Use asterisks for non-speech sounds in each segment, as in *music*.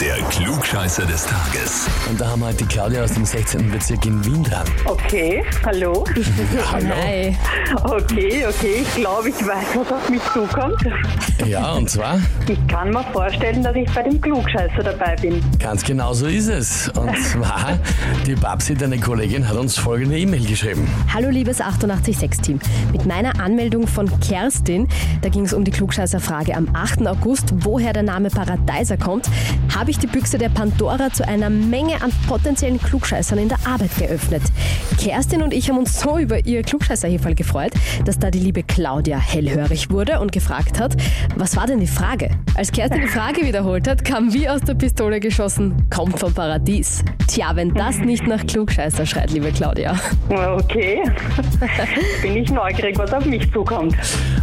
Der Klugscheißer des Tages. Und da haben wir halt die Claudia aus dem 16. Bezirk in Wien dran. Okay, hallo. Nein. Okay, okay, ich glaube, ich weiß, was auf mich zukommt. Ja, und zwar, Ich kann mir vorstellen, dass ich bei dem Klugscheißer dabei bin. ganz genau so ist es. Und zwar, die Babsi, deine Kollegin, hat uns folgende E-Mail geschrieben. Hallo liebes 886-Team. Mit meiner Anmeldung von Kerstin, da ging es um die Klugscheißer-Frage am 8. August, woher der Name Paradeiser kommt, habe ich die Büchse der Pandora zu einer Menge an potenziellen Klugscheißern in der Arbeit geöffnet. Kerstin und ich haben uns so über ihr Klugscheißer-Hefall gefreut, dass da die liebe Claudia hellhörig wurde und gefragt hat, was war denn die Frage? Als Kerstin die Frage wiederholt hat, kam wie aus der Pistole geschossen, kommt vom Paradies. Tja, wenn das nicht nach Klugscheißer schreit, liebe Claudia. Okay, bin ich neugierig, was auf mich zukommt.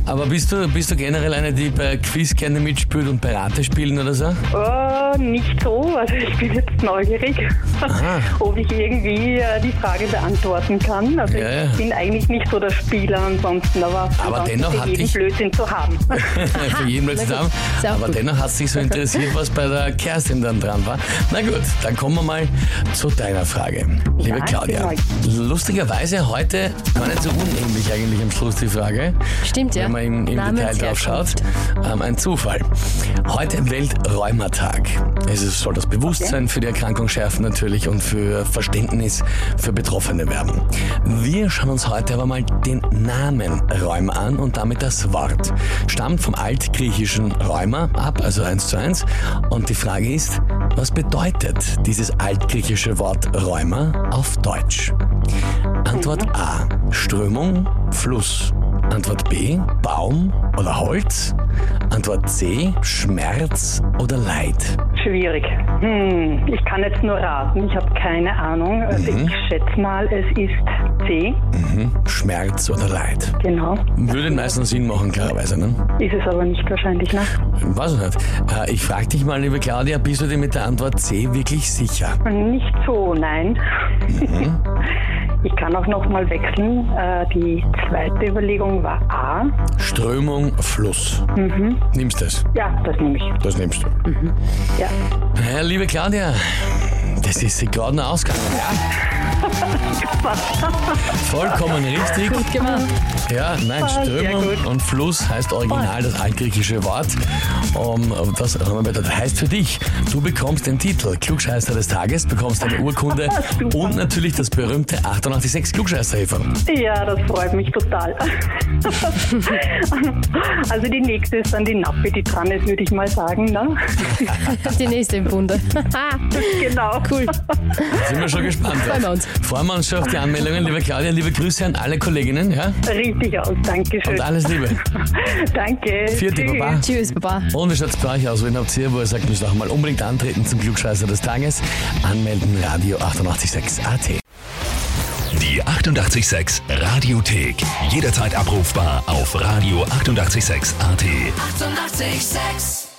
Aber bist du, bist du generell eine, die bei Quiz gerne mitspielt und bei Ratespielen oder so? Oh, nicht so, also ich bin jetzt neugierig, Ah. ob ich irgendwie äh, die Frage beantworten kann. Also Ja, ja. ich bin eigentlich nicht so der Spieler ansonsten, aber, ansonsten dennoch für hat jeden dich- Blödsinn zu haben. *laughs* Für jeden Mal na gut. zusammen. Sehr Aber gut. dennoch hat es dich so interessiert, was bei der Kerstin dann dran war. Na gut, dann kommen wir mal zu deiner Frage. Liebe Ja, Claudia, lustigerweise heute war nicht so unähnlich eigentlich am Schluss die Frage. Stimmt, ja. Wenn man im, im Detail drauf schaut. Namensherkunft. Ähm, ein Zufall. Heute Welträumertag. Es ist, soll das Bewusstsein für die Erkrankung schärfen natürlich und für Verständnis für Betroffene werben. Wir schauen uns heute aber mal den Namen Rheuma an und damit das Wort. Stammt vom altgriechischen Rheuma ab, also eins zu eins. Und die Frage ist, was bedeutet dieses altgriechische Wort Rheuma auf Deutsch? Antwort A. Strömung, Fluss. Antwort B. Baum oder Holz. Antwort C. Schmerz oder Leid. Schwierig. Hm, ich kann jetzt nur raten, ich habe keine Ahnung. Also Mhm. ich schätze mal, es ist C, Schmerz oder Leid. genau. Würde den meisten Sinn machen, klarerweise, ne? Ist es aber nicht wahrscheinlich, ne? Weiß ich nicht. Äh, Ich frage dich mal, liebe Claudia, bist du dir mit der Antwort C wirklich sicher? Nicht so, nein. Mhm. *laughs* Ich kann auch nochmal wechseln. Äh, die zweite Überlegung war A. Strömung, Fluss. Nimmst das? Ja, das nehme ich. Das nimmst du. Ja. Ja, liebe Claudia, das ist gerade ein Ausgang, ja? Vollkommen richtig. Gut gemacht. Ja, nein, Ah, Strömung gut. und Fluss heißt original das altgriechische Wort. Um, das bedeutet- heißt für dich, du bekommst den Titel Klugscheißer des Tages, bekommst eine *laughs* Urkunde Super. und natürlich das berühmte 886 klugscheißer -Häferl. ja, das freut mich total. *laughs* also die nächste ist dann die Nappe, die dran ist, würde ich mal sagen. Ne? *laughs* Die nächste im Bunde. *laughs* Genau. cool. Sind wir schon gespannt. Freuen wir uns. Freuen wir uns schon auf die Anmeldungen. Liebe Claudia, liebe Grüße an alle Kolleginnen ja? Richtig aus. Dankeschön. und alles Liebe. Danke. Vierte Tschüss. Baba. Tschüss, Baba. Hm. Und wie schaut's bei euch aus? Wen habt ihr, wo ihr sagt, müsst auch mal unbedingt antreten zum Klugscheißer des Tages? Anmelden, Radio 886 AT. Die 88,6 Radiothek. Jederzeit abrufbar auf radio886.at. 88,6. Eighty-eight, sex.